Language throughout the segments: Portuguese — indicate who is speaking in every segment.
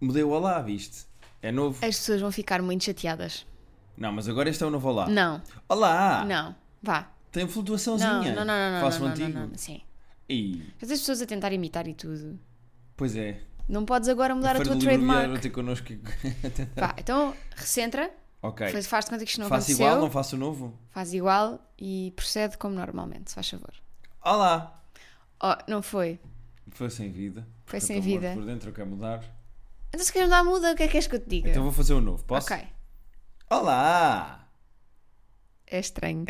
Speaker 1: Mudei o Olá, viste? É novo.
Speaker 2: As pessoas vão ficar muito chateadas.
Speaker 1: Não, mas agora este é o novo Olá.
Speaker 2: Não,
Speaker 1: Olá!
Speaker 2: não. Vá.
Speaker 1: Tem
Speaker 2: Não,
Speaker 1: flutuaçãozinha.
Speaker 2: não, não, não, não.
Speaker 1: Faço
Speaker 2: não,
Speaker 1: o
Speaker 2: não,
Speaker 1: antigo.
Speaker 2: não, não. Sim.
Speaker 1: Ih,
Speaker 2: Mas as pessoas a tentar imitar e tudo.
Speaker 1: pois é.
Speaker 2: Não podes agora mudar a
Speaker 1: Fernando
Speaker 2: tua
Speaker 1: Livre vieram
Speaker 2: trademark.
Speaker 1: ter connosco.
Speaker 2: Vá, então recentra,
Speaker 1: tipo, ok.
Speaker 2: faz- faz de conta que isto não
Speaker 1: Faço
Speaker 2: aconteceu,
Speaker 1: igual, não faço o novo?
Speaker 2: faz igual e procede como normalmente, se faz favor.
Speaker 1: Olá!
Speaker 2: Oh, não foi.
Speaker 1: Foi sem vida.
Speaker 2: Foi
Speaker 1: Eu
Speaker 2: sem
Speaker 1: tô morto
Speaker 2: vida.
Speaker 1: Por dentro eu quero mudar.
Speaker 2: Então se queres mudar, muda, o que é que queres que eu te diga?
Speaker 1: Então vou fazer o novo, posso?
Speaker 2: ok.
Speaker 1: Olá!
Speaker 2: É estranho.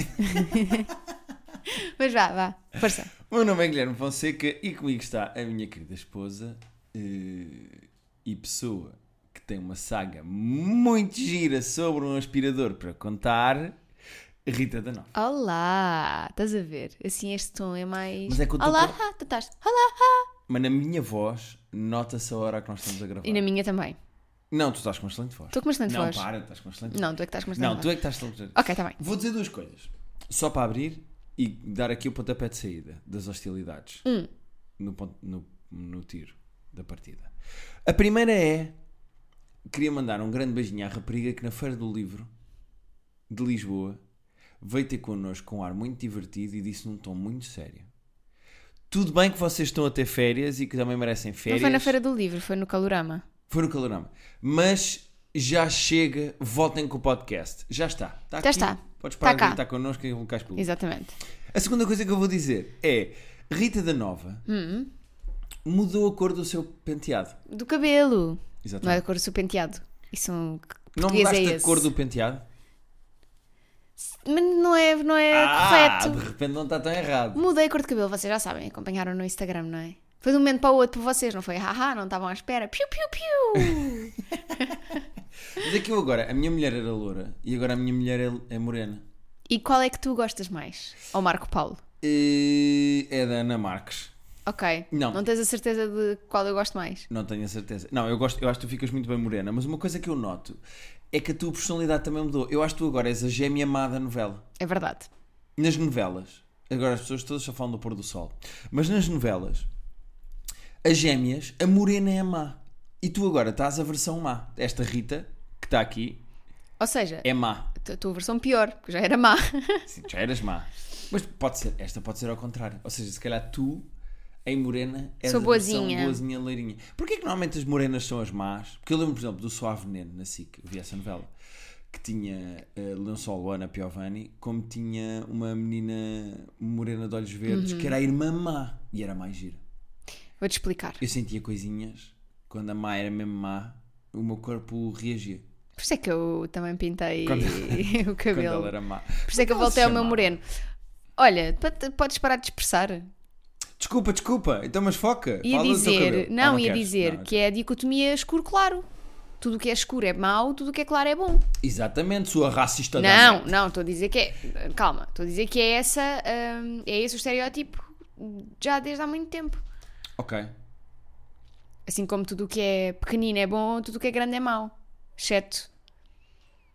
Speaker 2: Mas vá, vá, força.
Speaker 1: O meu nome é Guilherme Fonseca e comigo está a minha querida esposa eh, e pessoa que tem uma saga muito gira sobre um aspirador para contar, Rita da Nova.
Speaker 2: Olá, estás a ver? Assim este tom é mais.
Speaker 1: Mas é que o teu
Speaker 2: Olá,
Speaker 1: cor-
Speaker 2: ah, tu estás. Olá!
Speaker 1: Mas na minha voz nota-se a hora que nós estamos a gravar.
Speaker 2: E na minha também.
Speaker 1: Não, tu estás com excelente voz.
Speaker 2: Estou com bastante
Speaker 1: Não,
Speaker 2: voz.
Speaker 1: para, estás com excelente
Speaker 2: Não, tu é que estás com
Speaker 1: voz.
Speaker 2: bastante
Speaker 1: Não,
Speaker 2: voz.
Speaker 1: tu é que estás excelente
Speaker 2: Ok, está bem.
Speaker 1: Vou dizer duas coisas. Só para abrir e dar aqui o pontapé de saída das hostilidades
Speaker 2: Hum.
Speaker 1: no, pon- no- no tiro da partida. A primeira é. Queria mandar um grande beijinho à rapariga que na Feira do Livro de Lisboa veio ter connosco com um ar muito divertido e disse num tom muito sério: Tudo bem que vocês estão a ter férias e que também merecem
Speaker 2: Não
Speaker 1: férias.
Speaker 2: foi na Feira do Livro, foi no Calorama.
Speaker 1: Foi no Calorama. Mas já chega, voltem com o podcast. Já está. Está
Speaker 2: Já
Speaker 1: aqui.
Speaker 2: está.
Speaker 1: Podes
Speaker 2: Está
Speaker 1: parar
Speaker 2: cá.
Speaker 1: de gritar connosco em locais públicos.
Speaker 2: Exatamente.
Speaker 1: A segunda coisa que eu vou dizer é: Rita da Nova
Speaker 2: Hum.
Speaker 1: mudou a cor do seu penteado.
Speaker 2: Do cabelo. Não é
Speaker 1: Exatamente.
Speaker 2: da cor do seu penteado. Isso é um. que
Speaker 1: Não,
Speaker 2: português
Speaker 1: mudaste
Speaker 2: é
Speaker 1: a
Speaker 2: esse?
Speaker 1: cor do penteado?
Speaker 2: Mas não é, não é
Speaker 1: ah,
Speaker 2: correto.
Speaker 1: de repente não está tão errado.
Speaker 2: Mudei a cor de cabelo, vocês já sabem, acompanharam no Instagram, não é? Foi de um momento para o outro para vocês, não foi? Haha, não estavam à espera. Piu, piu, piu.
Speaker 1: Mas aqui eu agora, a minha mulher era loura e agora a minha mulher é, é morena.
Speaker 2: e qual é que tu gostas mais? Ou Marco Paulo?
Speaker 1: E é da Ana Marques.
Speaker 2: Ok.
Speaker 1: Não.
Speaker 2: Não tens a certeza de qual eu gosto mais?
Speaker 1: Não tenho a certeza. Não, eu, gosto, eu acho que tu ficas muito bem morena, mas uma coisa que eu noto é que a tua personalidade também mudou. Eu acho que tu agora és a gêmea má da novela.
Speaker 2: É verdade.
Speaker 1: Nas novelas, agora as pessoas todas só falam do pôr do sol, mas nas novelas, as gêmeas, a morena é a má. E tu agora estás a versão má. Esta Rita, que está aqui,
Speaker 2: Ou seja,
Speaker 1: é má.
Speaker 2: a tua versão pior, porque já era má.
Speaker 1: Sim, já eras má. Mas pode ser, esta pode ser ao contrário. Ou seja, se calhar tu, em morena, és
Speaker 2: Sou
Speaker 1: a versão
Speaker 2: boazinha.
Speaker 1: boazinha leirinha. Porquê que normalmente as morenas são as más? Porque eu lembro, por exemplo, do Suave Veneno na SIC, eu vi essa novela, que tinha uh, Lençol Luana Piovani, como tinha uma menina morena de olhos verdes,
Speaker 2: Uhum.
Speaker 1: que era a irmã má, e era mais gira.
Speaker 2: Vou-te explicar.
Speaker 1: Eu sentia coisinhas, quando a má era mesmo má, o meu corpo reagia.
Speaker 2: Por isso é que eu também pintei o
Speaker 1: Quando
Speaker 2: cabelo.
Speaker 1: ela era má.
Speaker 2: Por isso é que eu
Speaker 1: Como ela se
Speaker 2: voltei ao meu
Speaker 1: chamava?
Speaker 2: moreno. Olha, pa- podes parar de expressar
Speaker 1: Desculpa, desculpa, então mas foca.
Speaker 2: Ia
Speaker 1: fala do teu
Speaker 2: dizer,
Speaker 1: cabelo.
Speaker 2: não,
Speaker 1: Ah,
Speaker 2: ia
Speaker 1: queres?
Speaker 2: dizer
Speaker 1: Não,
Speaker 2: que é a dicotomia escuro-claro. Tudo o que é escuro é mau, tudo o que é claro é bom.
Speaker 1: Exatamente, sua racista da
Speaker 2: Não,
Speaker 1: net.
Speaker 2: não, estou a dizer que é. Calma, estou a dizer que é essa. hum, é esse o estereótipo já desde há muito tempo.
Speaker 1: Ok.
Speaker 2: Assim como tudo o que é pequenino é bom, tudo o que é grande é mau. Exceto.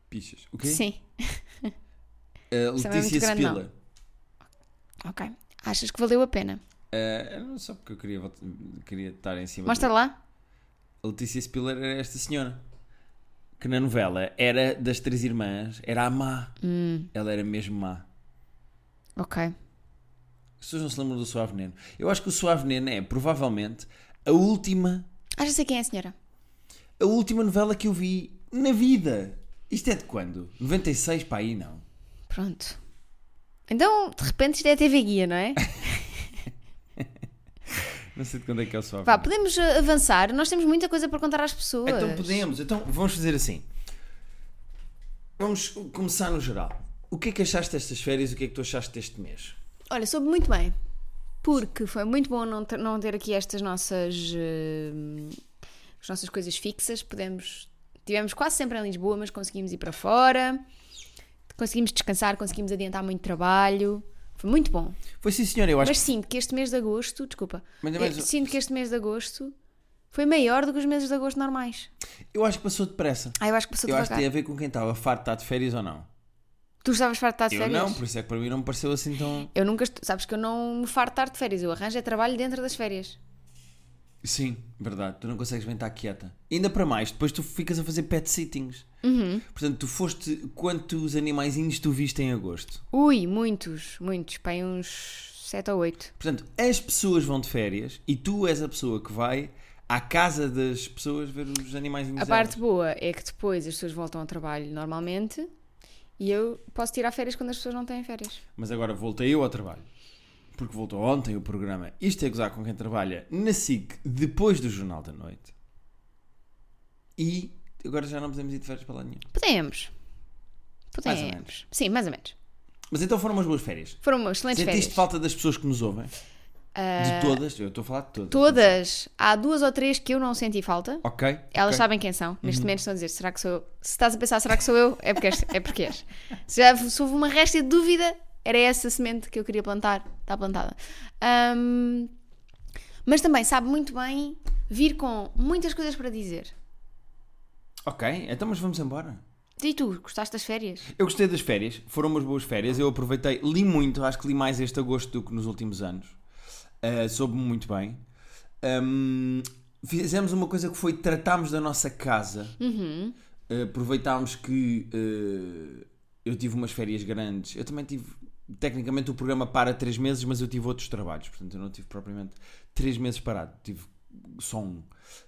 Speaker 1: Pichas. O quê?
Speaker 2: Sim.
Speaker 1: Eh,
Speaker 2: Isso também é
Speaker 1: Letícia
Speaker 2: muito grande,
Speaker 1: Spiller.
Speaker 2: Ok. Achas que valeu a pena?
Speaker 1: Eh, não só porque eu queria, vot- queria estar em cima.
Speaker 2: Mostra lá.
Speaker 1: do- A Letícia Spiller era esta senhora. Que na novela era das três irmãs, era a má.
Speaker 2: Hum.
Speaker 1: Ela era mesmo má.
Speaker 2: Ok.
Speaker 1: As pessoas não se lembram do Suave Neno. Eu acho que o Suave Neno é provavelmente a última,
Speaker 2: Ah, já sei quem é a senhora.
Speaker 1: a última novela que eu vi na vida. Isto é de quando? 96 para aí, não?
Speaker 2: Pronto. Então, de repente, isto é a TV Guia, não é?
Speaker 1: Não sei de quando é que é o Suave
Speaker 2: Vá,
Speaker 1: Neno.
Speaker 2: podemos uh, avançar. Nós temos muita coisa para contar às pessoas.
Speaker 1: Então podemos, então vamos fazer assim. Vamos começar no geral. O que é que achaste destas férias? O que é que tu achaste deste mês?
Speaker 2: Olha, soube muito bem. Porque foi muito bom não ter, não ter aqui estas nossas, eh, as nossas coisas fixas. Podemos, tivemos quase sempre em Lisboa, mas conseguimos ir para fora. Conseguimos descansar, conseguimos adiantar muito trabalho. Foi muito bom.
Speaker 1: Foi sim, senhora, eu acho
Speaker 2: Mas sinto que este mês de agosto, desculpa,
Speaker 1: Mas é
Speaker 2: eh,
Speaker 1: mais-
Speaker 2: sinto que este mês de agosto foi maior do que os meses de agosto normais.
Speaker 1: que, eu acho que passou depressa.
Speaker 2: Ah, eu acho que passou
Speaker 1: Eu acho que
Speaker 2: devagar.
Speaker 1: tem a ver com quem estava farto de estar de férias ou não.
Speaker 2: Tu estavas farto de estar de
Speaker 1: Eu
Speaker 2: férias?
Speaker 1: não, por isso é que para mim não me pareceu assim tão.
Speaker 2: Eu nunca, estu- sabes que eu não me farto de estar de férias, eu arranjo é trabalho dentro das férias.
Speaker 1: Sim, verdade. Tu não consegues bem estar quieta. Ainda para mais, depois tu ficas a fazer pet sittings.
Speaker 2: Uhum.
Speaker 1: Portanto, tu foste. Quantos animaizinhos tu viste em agosto?
Speaker 2: Ui, muitos, muitos. Pai, uns 7 ou 8.
Speaker 1: Portanto, as pessoas vão de férias e tu és a pessoa que vai à casa das pessoas ver os animaizinhos.
Speaker 2: A
Speaker 1: delas.
Speaker 2: parte boa é que depois as pessoas voltam ao trabalho normalmente e eu posso tirar férias quando as pessoas não têm férias.
Speaker 1: Mas agora voltei eu ao trabalho. Porque voltou ontem o programa Isto é Gozar com quem trabalha na SIC depois do Jornal da Noite. E agora já não podemos ir de férias para lá nenhum.
Speaker 2: Podemos.
Speaker 1: ou
Speaker 2: Podemos. Sim, mais ou menos.
Speaker 1: Mas então foram umas boas férias.
Speaker 2: Foram umas excelentes
Speaker 1: Sentiste
Speaker 2: férias. Ah,
Speaker 1: falta das pessoas que nos ouvem? De todas? Eu estou a falar de todas.
Speaker 2: Todas, há duas ou três que eu não senti falta.
Speaker 1: Ok.
Speaker 2: Elas
Speaker 1: ok. Uhum.
Speaker 2: sabem quem são. Neste momento estão a dizer, será que sou eu? Se estás a pensar, será que sou eu? É porque és. É porque és. Se já se houve uma resta de dúvida, era essa a semente que eu queria plantar. Está plantada. Ahm, mas também sabe muito bem vir com muitas coisas para dizer.
Speaker 1: Ok, então mas vamos embora.
Speaker 2: E tu, gostaste das férias?
Speaker 1: Eu gostei das férias, foram umas boas férias. Eu aproveitei, li muito, acho que li mais este agosto do que nos últimos anos. Ah, Soube-me muito bem. Ahm, fizemos uma coisa que foi tratámos da nossa casa. Ah, aproveitámos que ah, eu tive umas férias grandes. Eu também tive. Tecnicamente o programa para 3 meses, mas eu tive outros trabalhos, portanto eu não tive propriamente 3 meses parado, tive só um,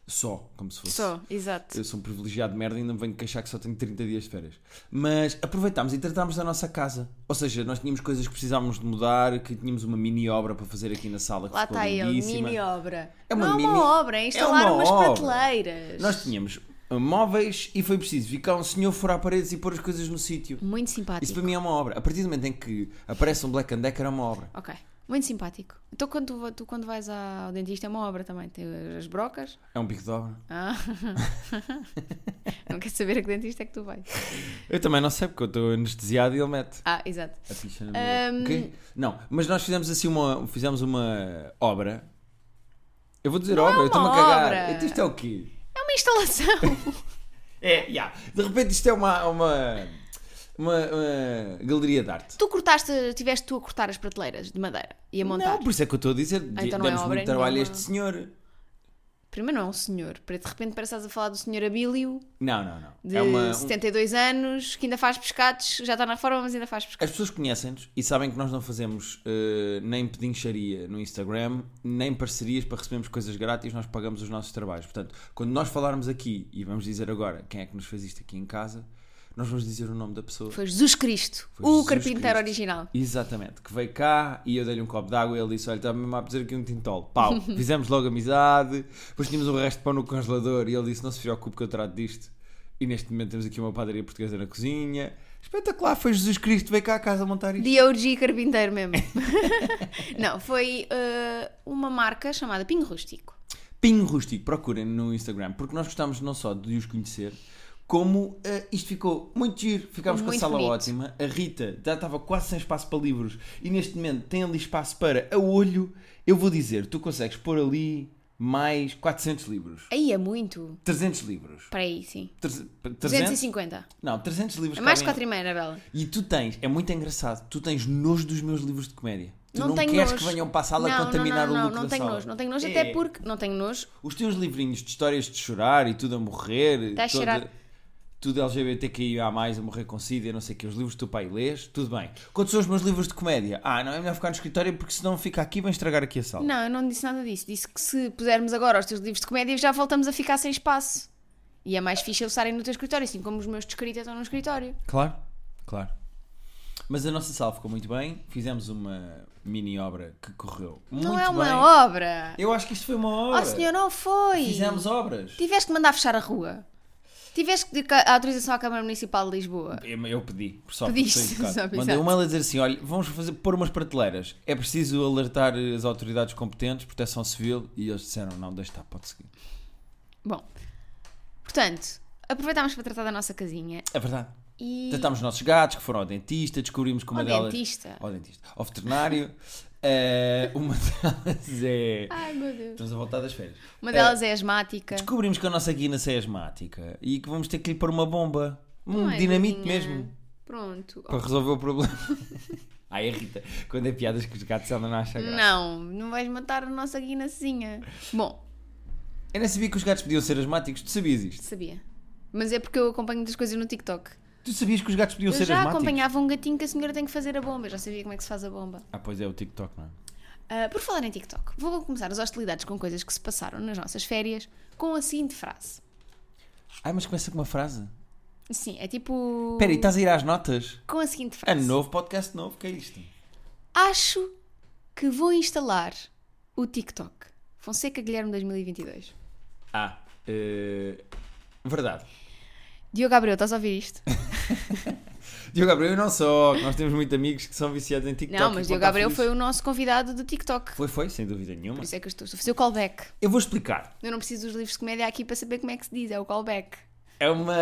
Speaker 1: só, como se fosse
Speaker 2: Só, exato.
Speaker 1: eu sou um privilegiado de merda e ainda me venho queixar que só tenho 30 dias de férias. Mas aproveitámos e tratámos da nossa casa. Ou seja, nós tínhamos coisas que precisávamos de mudar, que tínhamos uma mini obra para fazer aqui na sala que
Speaker 2: Lá
Speaker 1: ficou
Speaker 2: está ele,
Speaker 1: lindíssima.
Speaker 2: mini obra.
Speaker 1: É uma
Speaker 2: não é
Speaker 1: mini-
Speaker 2: uma obra, é instalar
Speaker 1: uma
Speaker 2: umas
Speaker 1: obra.
Speaker 2: prateleiras.
Speaker 1: Nós tínhamos uh, móveis e foi preciso ficar um senhor furar paredes e pôr as coisas no sítio.
Speaker 2: Muito
Speaker 1: Isso
Speaker 2: simpático.
Speaker 1: para mim é uma obra. A partir do momento em que aparece um Black and Decker é uma obra.
Speaker 2: Ok. Muito simpático. Então quando tu, tu quando vais ao dentista é uma obra também. Tem as brocas.
Speaker 1: É um bico de obra.
Speaker 2: Ah. não quer saber a que dentista é que tu vais.
Speaker 1: Eu também não sei porque eu estou anestesiado e ele mete.
Speaker 2: Ah, exato.
Speaker 1: A picha na boca. O quê? Não, mas nós fizemos assim uma, fizemos uma obra. Eu vou dizer obra, eu estou-me a
Speaker 2: é uma
Speaker 1: cagar.
Speaker 2: obra.
Speaker 1: Então isto é o quê?
Speaker 2: É uma instalação.
Speaker 1: É, já. De repente isto é uma, uma, uma, uma galeria de arte.
Speaker 2: tu cortaste, tiveste tu a cortar as prateleiras de madeira e a montar.
Speaker 1: Não, por isso é que eu estou a dizer. de-
Speaker 2: então não é
Speaker 1: demos
Speaker 2: obra
Speaker 1: muito trabalho a
Speaker 2: nenhuma.
Speaker 1: este senhor.
Speaker 2: Primeiro não é um senhor. De repente parece que estás a falar do senhor Abílio
Speaker 1: Não, não, não.
Speaker 2: de
Speaker 1: é uma, um-
Speaker 2: 72 anos que ainda faz pescados. Já está na forma, mas ainda faz pescados.
Speaker 1: As pessoas conhecem-nos e sabem que nós não fazemos eh, nem pedincharia no Instagram, nem parcerias para recebermos coisas grátis, nós pagamos os nossos trabalhos. Portanto, quando nós falarmos aqui e vamos dizer agora quem é que nos fez isto aqui em casa, nós vamos dizer o nome da pessoa.
Speaker 2: Foi Jesus Cristo,
Speaker 1: Foi
Speaker 2: o
Speaker 1: Jesus
Speaker 2: carpinteiro
Speaker 1: Cristo.
Speaker 2: original.
Speaker 1: Exatamente, que veio cá e eu dei-lhe um copo de água e ele disse: Olha, está mesmo a fazer aqui um tintol. Pau, fizemos logo amizade, depois tínhamos o resto de pão no congelador e ele disse: Não se preocupe que eu trato disto. E neste momento temos aqui uma padaria portuguesa na cozinha. Espetacular, foi Jesus Cristo, veio cá a casa montar isto.
Speaker 2: The OG carpinteiro mesmo. não, foi eh, uma marca chamada Pinho Rústico.
Speaker 1: Pinho Rústico, procurem no Instagram, porque nós gostámos não só de os conhecer, como eh, isto ficou muito giro, ficámos com a
Speaker 2: Muito
Speaker 1: sala
Speaker 2: bonito.
Speaker 1: ótima. A Rita já estava quase sem espaço para livros e neste momento tem ali espaço para a olho. Eu vou dizer, tu consegues pôr ali mais 400 livros,
Speaker 2: Aí é muito.
Speaker 1: 300 livros.
Speaker 2: Para aí, sim.
Speaker 1: Treze- 300?
Speaker 2: 250.
Speaker 1: Não, 300 livros.
Speaker 2: É mais de
Speaker 1: cabem-
Speaker 2: 4 e meia, Anabela.
Speaker 1: E tu tens, é muito engraçado, tu tens nojo dos meus livros de comédia. Tu não,
Speaker 2: tenho
Speaker 1: queres
Speaker 2: nojo.
Speaker 1: que venham para a sala
Speaker 2: Não,
Speaker 1: contaminar
Speaker 2: não, não,
Speaker 1: o look
Speaker 2: não,
Speaker 1: da
Speaker 2: não tenho
Speaker 1: sala.
Speaker 2: nojo, não tenho nojo,
Speaker 1: É.
Speaker 2: até porque não tenho nojo.
Speaker 1: Os teus livrinhos de histórias de chorar e tudo a morrer,
Speaker 2: Tá a
Speaker 1: todo-
Speaker 2: cheirar.
Speaker 1: tudo LGBTQIA, a morrer com sida, e não sei o que, os livros que tu pai lês, tudo bem. Quantos são os meus livros de comédia? Ah, não é melhor ficar no escritório porque senão fica aqui e vem estragar aqui a sala.
Speaker 2: Não, eu não disse nada disso. Disse que se pusermos agora os teus livros de comédia já voltamos a ficar sem espaço. E é mais fixe eles estarem no teu escritório, assim como os meus de escrita estão no escritório.
Speaker 1: Claro, claro. Mas a nossa sala ficou muito bem, fizemos uma mini obra que correu muito
Speaker 2: não é uma
Speaker 1: bem.
Speaker 2: obra!
Speaker 1: Eu acho que isto foi uma obra.
Speaker 2: Oh senhor, não foi!
Speaker 1: Fizemos obras.
Speaker 2: Tiveste que mandar fechar a rua. Tiveste que pedir ca- a autorização à Câmara Municipal de Lisboa.
Speaker 1: Eu, eu pedi, por só por
Speaker 2: Pediste,
Speaker 1: ser educado.
Speaker 2: só por
Speaker 1: Mandei
Speaker 2: exato.
Speaker 1: um mail a dizer assim: olha, vamos fazer, pôr umas prateleiras. É preciso alertar as autoridades competentes, proteção civil, e eles disseram: não, deixa estar, pode seguir.
Speaker 2: Bom, portanto, aproveitámos para tratar da nossa casinha
Speaker 1: É verdade.
Speaker 2: e.
Speaker 1: Tratámos os nossos gatos que foram ao dentista, descobrimos que uma
Speaker 2: Ao
Speaker 1: delas.
Speaker 2: dentista.
Speaker 1: Ao dentista. Ao veterinário. Eh, uma delas é.
Speaker 2: Ai meu Deus.
Speaker 1: Estamos a voltar das férias.
Speaker 2: Uma delas é asmática.
Speaker 1: Descobrimos que a nossa guinness é asmática e que vamos ter que lhe pôr uma bomba. Um
Speaker 2: Não é,
Speaker 1: dinamite
Speaker 2: Dudinha?
Speaker 1: mesmo. é
Speaker 2: Pronto.
Speaker 1: Para resolver o problema. Ai, a Rita, quando é piadas que os gatos ela não acha graça.
Speaker 2: Não, não vais matar a nossa guinacinha. Bom,
Speaker 1: Eu nem sabia que os gatos podiam ser asmáticos. Tu sabias isto?
Speaker 2: Sabia. Mas é porque eu acompanho muitas coisas no TikTok.
Speaker 1: Tu sabias que os gatos podiam
Speaker 2: Eu
Speaker 1: ser
Speaker 2: já
Speaker 1: asmáticos?
Speaker 2: acompanhava um gatinho que a senhora tem que fazer a bomba. Eu já sabia como é que se faz a bomba.
Speaker 1: Ah, pois é, o TikTok, não é?
Speaker 2: Ah, por falar em TikTok, vou começar as hostilidades com coisas que se passaram nas nossas férias com a seguinte frase.
Speaker 1: Ai, Ah, mas começa com uma frase.
Speaker 2: Sim, é tipo.
Speaker 1: Espera aí, estás a ir às notas?
Speaker 2: Com a seguinte
Speaker 1: tá- É
Speaker 2: frase.
Speaker 1: novo, podcast novo, que é isto?
Speaker 2: Acho que vou instalar o TikTok. Fonseca Guilherme 2022.
Speaker 1: Ah, eh, verdade.
Speaker 2: Diogo Gabriel, estás a ouvir isto?
Speaker 1: Diogo Gabriel, eu não só, nós temos muitos amigos que são viciados em TikTok.
Speaker 2: Não,
Speaker 1: e vão
Speaker 2: mas Diogo
Speaker 1: estar
Speaker 2: Gabriel foi um-
Speaker 1: felizes.
Speaker 2: o nosso convidado do TikTok.
Speaker 1: Foi, foi, sem dúvida nenhuma.
Speaker 2: Por isso é que eu estou, estou a fazer o callback.
Speaker 1: Eu vou explicar.
Speaker 2: Eu não preciso dos livros de comédia aqui para saber como é que se diz, é o callback.
Speaker 1: É uma.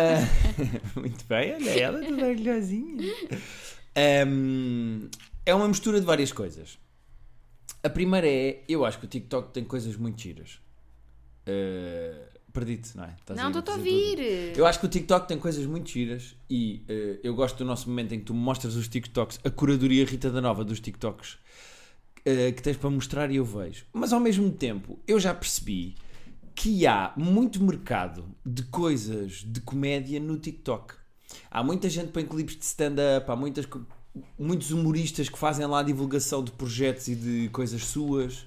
Speaker 1: Muito bem, olha ela, toda orgulhosinha. Hum, é uma mistura de várias coisas. A primeira é, eu acho que o TikTok tem coisas muito giras. Eh, Perdi-te, não é? Estás
Speaker 2: não,
Speaker 1: aí,
Speaker 2: estou
Speaker 1: estás
Speaker 2: a ouvir.
Speaker 1: Eu acho que o TikTok tem coisas muito giras e eh, eu gosto do nosso momento em que tu me mostras os TikToks, a curadoria Rita da Nova dos TikToks eh, que tens para mostrar e eu vejo. Mas ao mesmo tempo, eu já percebi que há muito mercado de coisas de comédia no TikTok. Há muita gente que põe clipes de stand-up, há muitas, co- muitos humoristas que fazem lá divulgação de projetos e de coisas suas.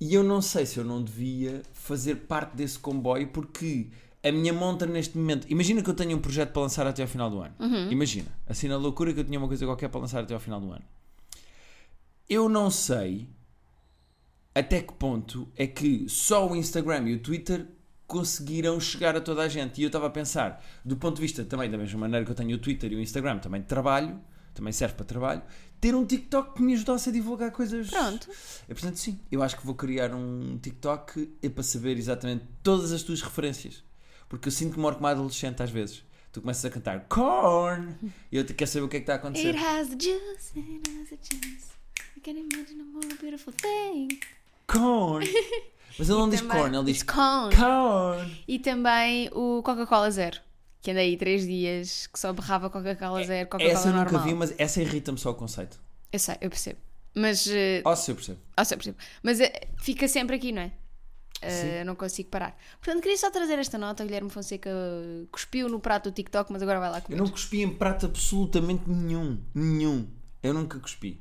Speaker 1: E eu não sei se eu não devia fazer parte desse comboio porque a minha monta neste momento. Imagina que eu tenho um projeto para lançar até ao final do ano. Imagina, assim na loucura que eu tinha uma coisa qualquer para lançar até ao final do ano. Eu não sei até que ponto é que só o Instagram e o Twitter conseguiram chegar a toda a gente. E eu estava a pensar, do ponto de vista também da mesma maneira que eu tenho o Twitter e o Instagram, também de trabalho, também serve para trabalho, ter um TikTok que me ajudasse a divulgar coisas.
Speaker 2: Pronto.
Speaker 1: É, portanto, sim, eu acho que vou criar um TikTok é para saber exatamente todas as tuas referências. Porque eu sinto que moro como adolescente às vezes. Tu começas a cantar corn e eu te quero saber o que é que está a acontecer.
Speaker 2: It has the juice, it has the juice. I can imagine a more beautiful thing.
Speaker 1: Corn! Mas ele não diz
Speaker 2: Também-
Speaker 1: corn, ele diz
Speaker 2: It's corn.
Speaker 1: corn!
Speaker 2: E também o Coca-Cola Zero, que anda aí três dias, que só berrava Coca-Cola Zero, Coca-Cola
Speaker 1: É, Essa eu nunca
Speaker 2: normal.
Speaker 1: vi, mas essa irrita-me só o conceito.
Speaker 2: Eu sei, eu percebo. Mas, eh,
Speaker 1: Oh, se eu percebo.
Speaker 2: ah, sei, eu percebo. Mas eh, fica sempre aqui, não é? Eh,
Speaker 1: Sim.
Speaker 2: eu não consigo parar. Portanto, queria só trazer esta nota. O Guilherme Fonseca eh, cuspiu no prato do TikTok, mas agora vai lá
Speaker 1: Eu
Speaker 2: comer.
Speaker 1: não cuspi em prato absolutamente nenhum. Nenhum. Eu nunca cuspi.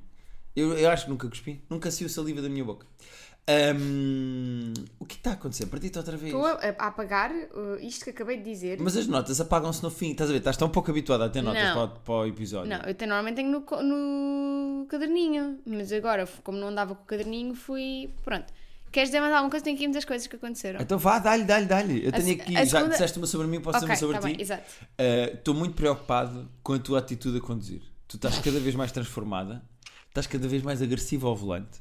Speaker 1: Eu, eu acho que nunca cuspi. Nunca saiu saliva da minha boca. Ahm, o que está a acontecer? Perdi-te outra vez.
Speaker 2: Estou a, a apagar eh, isto que acabei de dizer.
Speaker 1: Mas as notas apagam-se no fim. Estás a ver? Estás tão pouco habituado a ter notas
Speaker 2: Não.
Speaker 1: para, o- para o episódio.
Speaker 2: Não, eu te- normalmente tenho no, co- no caderninho, mas agora, f- como não andava com o caderninho, fui. Pronto. Queres dizer mais alguma coisa? Tenho aqui muitas coisas que aconteceram.
Speaker 1: Então vá, dá-lhe, dá-lhe, dá-lhe. Eu
Speaker 2: A
Speaker 1: tenho
Speaker 2: se-
Speaker 1: aqui,
Speaker 2: a
Speaker 1: já
Speaker 2: segunda-
Speaker 1: disseste uma sobre mim, posso dizer uma
Speaker 2: tá
Speaker 1: sobre
Speaker 2: bem,
Speaker 1: ti.
Speaker 2: exato.
Speaker 1: Uh, Estou muito preocupado com a tua atitude a conduzir. Tu estás cada vez mais transformada, estás cada vez mais agressiva ao volante.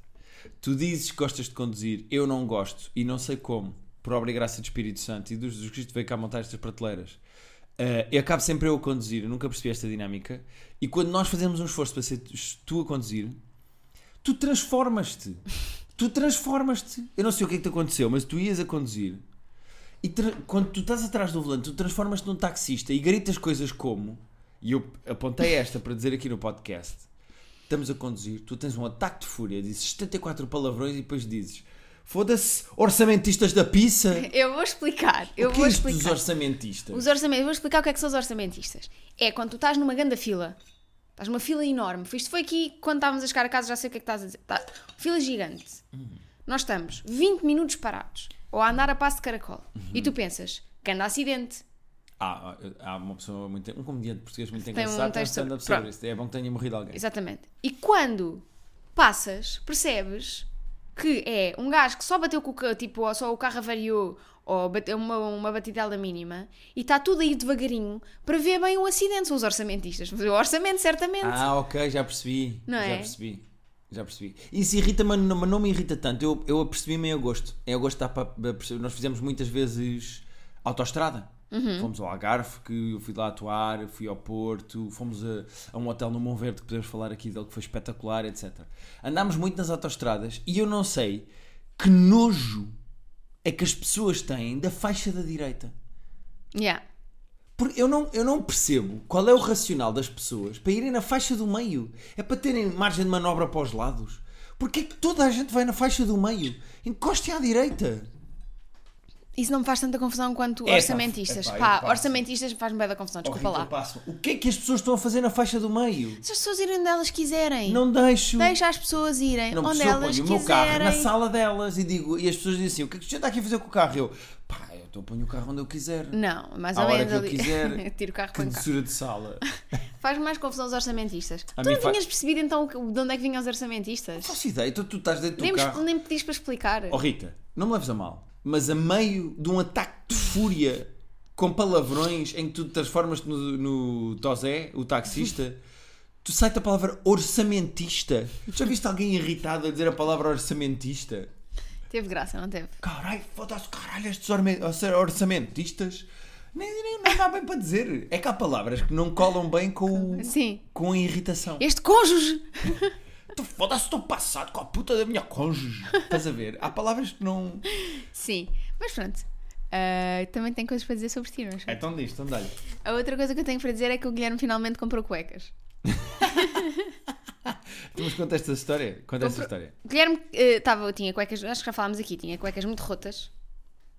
Speaker 1: Tu dizes que gostas de conduzir, eu não gosto e não sei como, por obra e graça do Espírito Santo e dos Jesus Cristo veio cá montar estas prateleiras. Uh, eu acabo sempre eu a conduzir, eu nunca percebi esta dinâmica. E quando nós fazemos um esforço para ser tu a conduzir, tu transformas-te. Tu transformas-te. Eu não sei o que é que te aconteceu, mas tu ias a conduzir e tra- quando tu estás atrás do volante, tu transformas-te num taxista e gritas coisas como. E eu apontei esta para dizer aqui no podcast: estamos a conduzir, tu tens um ataque de fúria, dizes 74 palavrões e depois dizes: foda-se, orçamentistas da pizza.
Speaker 2: Eu vou explicar. Eu
Speaker 1: o que
Speaker 2: vou
Speaker 1: é isto dos
Speaker 2: explicar.
Speaker 1: orçamentistas?
Speaker 2: Os orçamentos, vou explicar o que é que são os orçamentistas. É quando tu estás numa grande fila, estás numa fila enorme. Isto foi aqui quando estávamos a chegar a casa, já sei o que é que estás a dizer. Tá- fila gigante. Nós estamos 20 minutos parados, ou a andar a passo de caracol. E tu pensas, que anda acidente.
Speaker 1: Há, Ah, há uma pessoa muito. Um comediante português muito
Speaker 2: um
Speaker 1: engraçado que tem um
Speaker 2: texto sobre-
Speaker 1: stand-up sobre
Speaker 2: pronto.
Speaker 1: isto. É bom que tenha morrido alguém.
Speaker 2: Exatamente. E quando passas, percebes que é um gajo que só bateu com o carro, tipo, ou só o carro avariou, ou bateu uma, uma batidela mínima, e está tudo a ir devagarinho para ver bem o acidente. São os orçamentistas. O orçamento, certamente.
Speaker 1: Ah, ok, já percebi.
Speaker 2: Não
Speaker 1: já
Speaker 2: é?
Speaker 1: percebi. Já percebi. Isso irrita-me, não- mas não me irrita tanto. Eu, eu apercebi-me em agosto. Em agosto dá para para perceber. Nós fizemos muitas vezes autoestrada.
Speaker 2: Uhum.
Speaker 1: Fomos ao Algarve, que eu fui lá atuar, fui ao Porto, fomos a, a um hotel no Mão Verde, que podemos falar aqui dele, que foi espetacular, etc. Andámos muito nas autoestradas e eu não sei que nojo é que as pessoas têm da faixa da direita.
Speaker 2: Yeah.
Speaker 1: Porque eu não, eu não percebo qual é o racional das pessoas para irem na faixa do meio. É para terem margem de manobra para os lados. Porquê é que toda a gente vai na faixa do meio? Encostem à direita.
Speaker 2: Isso não me faz tanta confusão quanto
Speaker 1: É, pá,
Speaker 2: orçamentistas.
Speaker 1: é, pá, eu
Speaker 2: pá,
Speaker 1: passo.
Speaker 2: orçamentistas faz-me bem da confusão, desculpa
Speaker 1: Horrível,
Speaker 2: lá.
Speaker 1: passo. O que é que as pessoas estão a fazer na faixa do meio?
Speaker 2: Se as pessoas irem onde elas quiserem,
Speaker 1: Não deixo.
Speaker 2: deixa as pessoas irem
Speaker 1: Não
Speaker 2: onde
Speaker 1: percebo,
Speaker 2: elas
Speaker 1: ponho o
Speaker 2: quiserem.
Speaker 1: meu carro na sala delas e, digo, e as pessoas dizem assim: o que é que o senhor está aqui a fazer com o carro? Eu, pá, eu estou a ponho o carro onde eu quiser.
Speaker 2: Não, mais
Speaker 1: À
Speaker 2: ou
Speaker 1: hora
Speaker 2: menos
Speaker 1: que eu
Speaker 2: ali.
Speaker 1: quiser.
Speaker 2: Tiro o carro
Speaker 1: Que
Speaker 2: para cá.
Speaker 1: doçura de sala.
Speaker 2: Faz mais confusão os orçamentistas.
Speaker 1: A
Speaker 2: tu
Speaker 1: mim
Speaker 2: não
Speaker 1: fa-
Speaker 2: tinhas percebido então o que- de onde é que vinham os orçamentistas?
Speaker 1: Faço ideia, então tu estás dentro
Speaker 2: Nem
Speaker 1: do
Speaker 2: me,
Speaker 1: carro.
Speaker 2: nem me pedis para explicar.
Speaker 1: Oh Rita, não me leves a mal, mas a meio de um ataque de fúria com palavrões em que tu te transformas-te no, no Tosé, o taxista, tu sai a palavra orçamentista. Já viste alguém irritado a dizer a palavra orçamentista?
Speaker 2: Teve graça, não teve?
Speaker 1: Caralho, foda-se, caralho, estes orme- orça- orçamentistas. Nem, nem- não dá bem para dizer. É que há palavras que não colam bem com, o-
Speaker 2: Sim.
Speaker 1: com a irritação.
Speaker 2: Este cônjuge!
Speaker 1: Tu foda-se, estou passado com a puta da minha cônjuge. Estás a ver? Há palavras que não.
Speaker 2: Sim, mas pronto. Ah, também tenho coisas para dizer sobre ti, não é?
Speaker 1: Então diz, então dá-lhe.
Speaker 2: A outra coisa que eu tenho para dizer é que o Guilherme finalmente comprou cuecas.
Speaker 1: Mas conta esta história. Conta esta história.
Speaker 2: O Guilherme eh, tava, tinha cuecas, acho que já falámos aqui, tinha cuecas muito rotas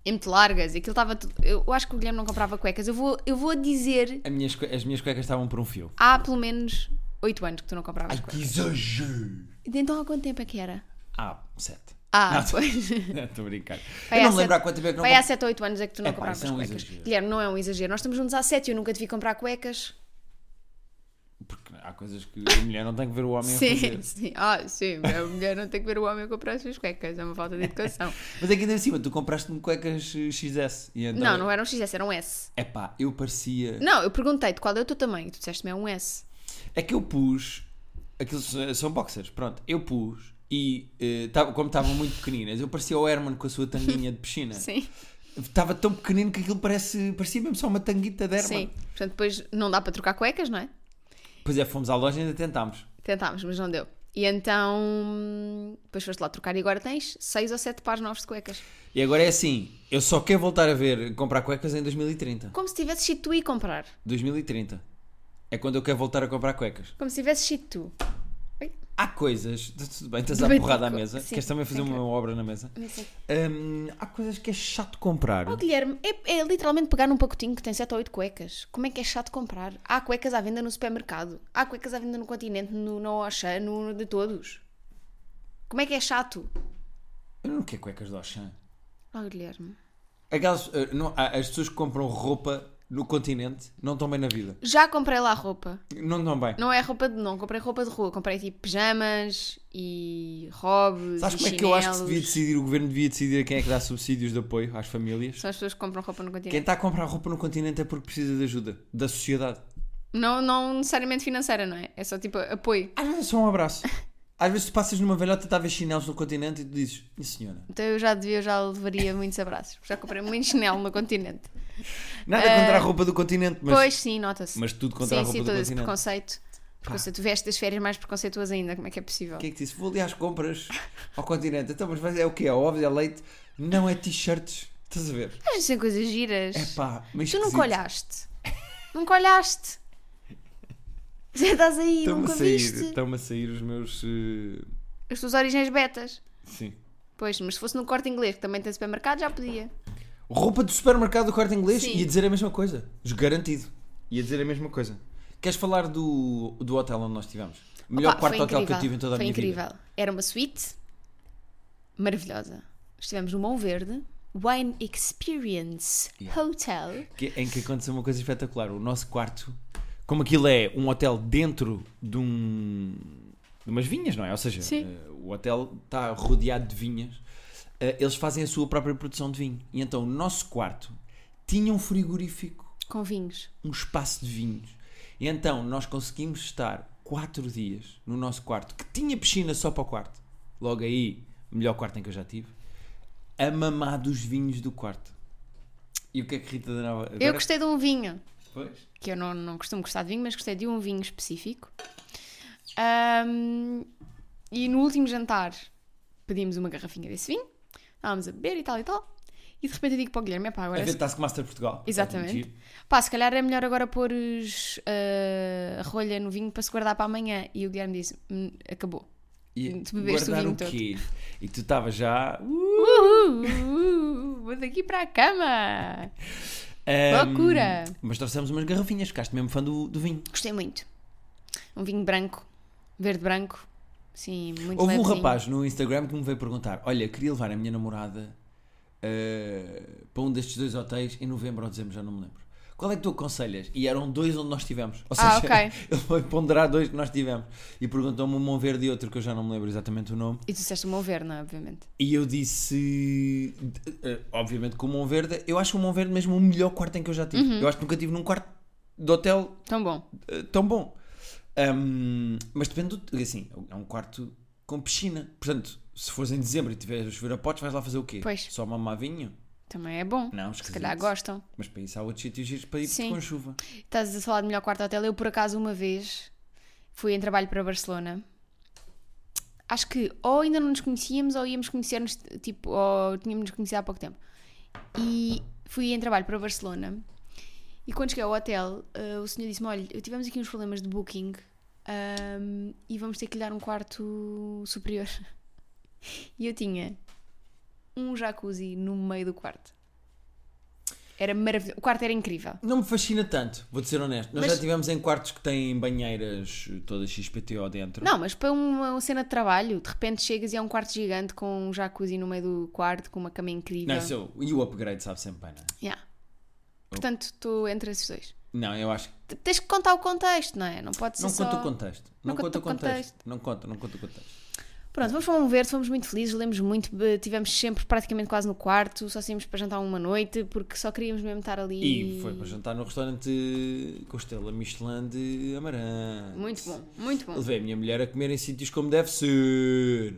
Speaker 2: e muito largas. E aquilo estava. tudo- Eu eu acho que o Guilherme não comprava cuecas. Eu vou, eu vou dizer
Speaker 1: A minhas cue- as minhas cuecas estavam por um fio.
Speaker 2: há pelo menos 8 anos que tu não compravas cuecas.
Speaker 1: que exagero!
Speaker 2: Então há quanto tempo é que era?
Speaker 1: Ah, sete.
Speaker 2: Ah,
Speaker 1: Não, tô-
Speaker 2: pois.
Speaker 1: Estou a brincar.
Speaker 2: Vai
Speaker 1: eu
Speaker 2: há
Speaker 1: não lembro há
Speaker 2: sete-
Speaker 1: quanto tempo é que não
Speaker 2: Vai há
Speaker 1: comp-
Speaker 2: 7 ou 8 anos é que tu não
Speaker 1: Epá,
Speaker 2: compravas
Speaker 1: isso é um
Speaker 2: cuecas.
Speaker 1: exagero.
Speaker 2: Guilherme, não é um exagero. Nós estamos juntos há 7 e eu nunca te vi comprar cuecas.
Speaker 1: Porque há coisas que a mulher não tem que ver o homem a
Speaker 2: Sim,
Speaker 1: fazer.
Speaker 2: sim. Ah, sim. A mulher não tem que ver o homem a comprar as suas cuecas. É uma falta de educação.
Speaker 1: Mas é que ainda em cima, tu compraste-me cuecas eh, XS. E então,
Speaker 2: não, não era um XS, era um S.
Speaker 1: Epá, eu parecia...
Speaker 2: Não, eu perguntei-te qual é o teu tamanho. Tu disseste-me é um S.
Speaker 1: É que eu pus... Aqueles eh, são boxers, pronto. Eu pus e, eh, tava- como estavam muito pequeninas, eu parecia o Herman com a sua tanguinha de piscina.
Speaker 2: Sim.
Speaker 1: Estava tão pequenino que aquilo parece, parecia mesmo só uma tanguita de Herman.
Speaker 2: Sim. Portanto, depois não dá para trocar cuecas, não é?
Speaker 1: Pois é, fomos à loja e ainda tentámos.
Speaker 2: Tentámos, mas não deu. E então, depois foste lá trocar e agora tens 6 ou 7 pares novos de cuecas.
Speaker 1: E agora é assim, eu só quero voltar a ver comprar cuecas em 2030.
Speaker 2: Como se tivesses sido tu e comprar.
Speaker 1: 2030. É quando eu quero voltar a comprar cuecas.
Speaker 2: Como se tivesses sido tu.
Speaker 1: Há coisas. tá Tudo bem, estás à
Speaker 2: Bem,
Speaker 1: porrada à
Speaker 2: co-
Speaker 1: mesa.
Speaker 2: sim,
Speaker 1: Queres também fazer
Speaker 2: sem
Speaker 1: uma
Speaker 2: querer.
Speaker 1: obra na mesa?
Speaker 2: Mas sim.
Speaker 1: Hum, há coisas que é chato comprar.
Speaker 2: Oh, Guilherme, é, é literalmente pegar num pacotinho que tem 7 ou 8 cuecas. Como é que é chato comprar? Há cuecas à venda no supermercado. Há cuecas à venda no continente, no, no Oxã, no, no de todos. Como é que é chato?
Speaker 1: Eu não quero cuecas do Auchan.
Speaker 2: Oh, Guilherme.
Speaker 1: Aquelas, eh, não, há- as pessoas que compram roupa no continente não estão bem na vida.
Speaker 2: Já comprei lá roupa.
Speaker 1: Não estão bem.
Speaker 2: Não é roupa de. Não comprei roupa de rua. Comprei tipo pijamas e robes.
Speaker 1: Sabes
Speaker 2: e
Speaker 1: como é que eu acho que se
Speaker 2: chinelos.
Speaker 1: devia decidir? O governo devia decidir a quem é que dá subsídios de apoio às famílias.
Speaker 2: São as pessoas que compram roupa no
Speaker 1: Quem
Speaker 2: continente.
Speaker 1: está a comprar roupa no continente é porque precisa de ajuda da sociedade.
Speaker 2: Não, não necessariamente financeira, não é? É só tipo apoio.
Speaker 1: Às vezes é só um abraço. Às vezes tu passas numa velhota, está a ver chinelos no continente e tu dizes, minha senhora.
Speaker 2: Então eu já devia, eu já levaria muitos abraços. Já comprei muito chinelo no continente.
Speaker 1: Nada contra a roupa do continente, mas
Speaker 2: Eh, pois sim, nota-se.
Speaker 1: mas tudo contra
Speaker 2: sim,
Speaker 1: a roupa
Speaker 2: sim,
Speaker 1: do
Speaker 2: todo esse
Speaker 1: continente.
Speaker 2: preconceito. Preconceito. Veste das férias mais preconceituoso ainda, como é que é possível?
Speaker 1: o que é que disse? Vou ali às compras ao continente. Então, mas vai- é o quê? É ovos, é leite? Não, é t-shirts. Estás a ver?
Speaker 2: Às vezes Ah, são coisas giras.
Speaker 1: É pá, mas
Speaker 2: tu
Speaker 1: esquisito.
Speaker 2: nunca olhaste. nunca olhaste. Já estás aí,
Speaker 1: Estão-me a
Speaker 2: nunca
Speaker 1: sair,
Speaker 2: viste.
Speaker 1: estão-me a sair os meus... eh,
Speaker 2: As tuas origens betas.
Speaker 1: Sim.
Speaker 2: Pois, mas se fosse no corte inglês, que também tem supermercado, já podia.
Speaker 1: Roupa do supermercado do corte inglês
Speaker 2: Sim.
Speaker 1: ia dizer a mesma coisa. Garantido. Ia dizer a mesma coisa. Queres falar do, do hotel onde nós estivemos? O melhor
Speaker 2: Opa,
Speaker 1: quarto
Speaker 2: foi
Speaker 1: hotel que eu
Speaker 2: incrível,
Speaker 1: tive em toda a
Speaker 2: foi
Speaker 1: minha vida.
Speaker 2: incrível. Era uma suíte maravilhosa. Estivemos no Mão Verde, Wine Experience Hotel.
Speaker 1: que- em que aconteceu uma coisa espetacular. O nosso quarto, como aquilo é um hotel dentro de um de umas vinhas, não é? Ou seja,
Speaker 2: Sim.
Speaker 1: eh, o hotel está rodeado de vinhas. Eh, eles fazem a sua própria produção de vinho. E então o nosso quarto tinha um frigorífico,
Speaker 2: Com vinhos.
Speaker 1: um espaço de vinhos. E então nós conseguimos estar quatro dias no nosso quarto, que tinha piscina só para o quarto. Logo aí, o melhor quarto em que eu já tive. A mamar dos vinhos do quarto. E o que é que Rita da Nova...
Speaker 2: Eu
Speaker 1: agora-
Speaker 2: gostei de um vinho,
Speaker 1: Pois.
Speaker 2: que eu não, não costumo gostar de vinho, mas gostei de um vinho específico. Ahm, e no último jantar pedimos uma garrafinha desse vinho, estávamos a beber e tal e tal. E de repente eu digo para o Guilherme: "Epá,
Speaker 1: A
Speaker 2: agora
Speaker 1: ver Taskmaster Portugal.
Speaker 2: Exatamente.
Speaker 1: Giro.
Speaker 2: Pá, se calhar é melhor agora pôres eh, a rolha no vinho para se guardar para amanhã. E o Guilherme disse: "Hum, acabou.
Speaker 1: E
Speaker 2: Tu bebeste o
Speaker 1: guardar
Speaker 2: vinho
Speaker 1: quê? E tu estavas já. uh,
Speaker 2: Uhul! vou daqui para a cama.
Speaker 1: Ahm,
Speaker 2: Loucura.
Speaker 1: um, Mas trouxemos umas garrafinhas, ficaste mesmo fã do, do vinho.
Speaker 2: Gostei muito. Um vinho branco, verde branco. Sim, muito
Speaker 1: Houve um
Speaker 2: levezinho.
Speaker 1: rapaz no Instagram que me veio perguntar: Olha, queria levar a minha namorada eh, para um destes dois hotéis em novembro ou dezembro, já não me lembro. Qual é que tu aconselhas? E eram dois onde nós estivemos. Ou seja,
Speaker 2: Ah, ok.
Speaker 1: ele foi ponderar dois que nós tivemos. E perguntou-me um Monverde e outro que eu já não me lembro exatamente o nome.
Speaker 2: E tu disseste o meu ver, não é? Obviamente.
Speaker 1: E eu disse, eh, obviamente, que o Monverde, eu acho o Monverde mesmo o melhor quarto em que eu já tive.
Speaker 2: Uhum.
Speaker 1: Eu acho que nunca tive num quarto de hotel
Speaker 2: Tão bom.
Speaker 1: eh, tão bom. Ahm, mas depende do. Assim, é um quarto com piscina. Portanto, se fores em dezembro e tiveres a chover a potes, vais lá fazer o quê?
Speaker 2: Pois.
Speaker 1: Só mamar vinho?
Speaker 2: Também é bom.
Speaker 1: Não,
Speaker 2: Se
Speaker 1: esquisito.
Speaker 2: calhar gostam.
Speaker 1: Mas para isso há outros sítios giros para ir
Speaker 2: Sim.
Speaker 1: com chuva.
Speaker 2: Estás a falar de melhor quarto de hotel. Eu, por acaso, uma vez fui em trabalho para Barcelona. Acho que ou ainda não nos conhecíamos ou íamos conhecer-nos, tipo, ou tínhamos nos conhecido há pouco tempo. E fui em trabalho para Barcelona. E quando cheguei ao hotel, eh, o senhor disse-me: Olha, tivemos aqui uns problemas de booking ahm, e vamos ter que lhe dar um quarto superior. E eu tinha um jacuzzi no meio do quarto. Era maravilhoso. O quarto era incrível.
Speaker 1: Não me fascina tanto, vou-te ser honesto. Nós
Speaker 2: Mas-
Speaker 1: já estivemos em quartos que têm banheiras eh, todas XPTO dentro.
Speaker 2: Não, mas para uma, uma cena de trabalho, de repente chegas e é um quarto gigante com um jacuzzi no meio do quarto, com uma cama incrível.
Speaker 1: Não, isso eu- e o upgrade sabe sempre bem, não é?
Speaker 2: Yeah. Portanto, estou entre esses dois.
Speaker 1: Não, eu acho que.
Speaker 2: T- Tens que contar o contexto, não é? Não pode ser
Speaker 1: Não
Speaker 2: só...
Speaker 1: conta o contexto. Não, conta o contexto. Não conta, não conta o contexto.
Speaker 2: Pronto, vamos para um verde, fomos muito felizes, lemos muito, be- tivemos sempre praticamente quase no quarto, só saímos para jantar uma noite, porque só queríamos mesmo estar ali.
Speaker 1: E, foi para jantar no restaurante Costela Michelin de Amarante.
Speaker 2: Muito bom, muito bom.
Speaker 1: Levei a minha mulher a comer em sítios como deve ser.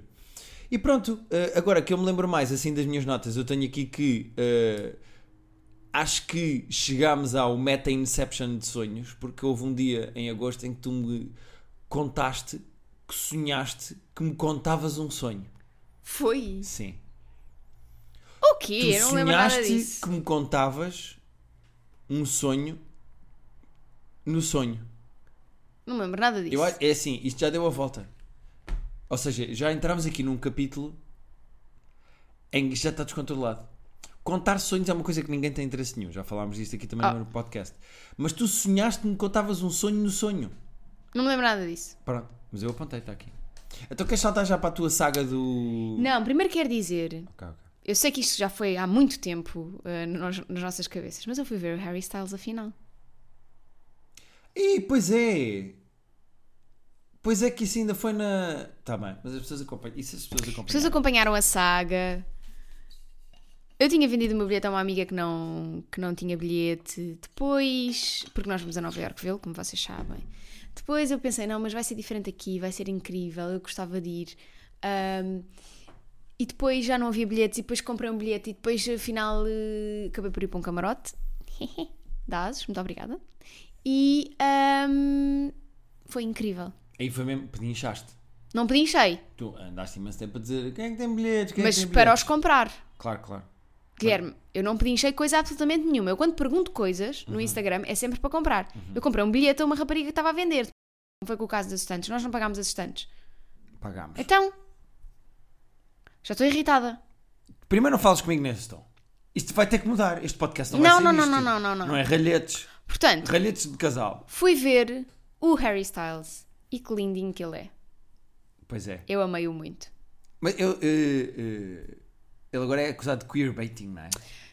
Speaker 1: E pronto, eh, agora que eu me lembro mais assim das minhas notas, eu tenho aqui que eh, acho que chegámos ao meta inception de sonhos, porque houve um dia em agosto em que tu me contaste que sonhaste que me contavas um sonho.
Speaker 2: Foi?
Speaker 1: Sim.
Speaker 2: O quê?
Speaker 1: Tu
Speaker 2: Eu não me lembro nada
Speaker 1: sonhaste
Speaker 2: disso.
Speaker 1: que me contavas um sonho no sonho.
Speaker 2: Não me lembro nada disso.
Speaker 1: Eu, acho- é assim, isto já deu a volta. Ou seja, já entramos aqui num capítulo em que já está descontrolado. Contar sonhos é uma coisa que ninguém tem interesse nenhum. Já falámos disto aqui também
Speaker 2: Ah.
Speaker 1: no podcast. Mas tu sonhaste-me que contavas um sonho no sonho.
Speaker 2: Não me lembro nada disso.
Speaker 1: Pronto, mas eu apontei, está aqui. Então queres saltar já para a tua saga do.
Speaker 2: Não, primeiro quero dizer
Speaker 1: Ok, ok.
Speaker 2: Eu sei que isto já foi há muito tempo eh, nas, nas nossas cabeças, mas eu fui ver o Harry Styles afinal.
Speaker 1: Ih, pois é! Pois é que isso ainda foi na. Tá bem, mas as pessoas acompanham. Isso as pessoas
Speaker 2: As pessoas
Speaker 1: acompanham.
Speaker 2: acompanharam a saga. Eu tinha vendido o meu bilhete a uma amiga que não, que não tinha bilhete. Depois, porque nós vamos a Nova Iorque vê-lo, como vocês sabem. Depois eu pensei, não, mas vai ser diferente aqui, vai ser incrível, eu gostava de ir. Ahm, e depois já não havia bilhetes, e depois comprei um bilhete, e depois afinal eh, acabei por ir para um camarote. Dazes, muito obrigada. E ahm, foi incrível.
Speaker 1: Aí foi mesmo, pedinchaste.
Speaker 2: Não pedinchei,
Speaker 1: Tu andaste imenso tempo a dizer quem é que tem bilhetes? Quem é que
Speaker 2: mas
Speaker 1: tem
Speaker 2: para
Speaker 1: bilhetes?"
Speaker 2: os comprar.
Speaker 1: Claro, claro.
Speaker 2: Guilherme, eu não pedinchei coisa absolutamente nenhuma. Eu quando pergunto coisas
Speaker 1: Uhum.
Speaker 2: no Instagram é sempre para comprar. Eu comprei um bilhete a uma rapariga que estava a vender. Não foi com o caso dos assustantes. Nós não pagámos assustantes.
Speaker 1: Pagámos.
Speaker 2: Então, já estou irritada.
Speaker 1: Primeiro não falas comigo nesse tom. Isto vai ter que mudar. Este podcast não,
Speaker 2: Não,
Speaker 1: vai
Speaker 2: não,
Speaker 1: ser
Speaker 2: não,
Speaker 1: isto.
Speaker 2: não, não, não, não.
Speaker 1: Não é ralhetes.
Speaker 2: Portanto,
Speaker 1: Ralhetes de casal.
Speaker 2: fui ver o Harry Styles e que lindinho que ele é.
Speaker 1: Pois é.
Speaker 2: Eu amei-o muito.
Speaker 1: Mas eu... eh, eh, ele agora é acusado de queerbaiting, não é?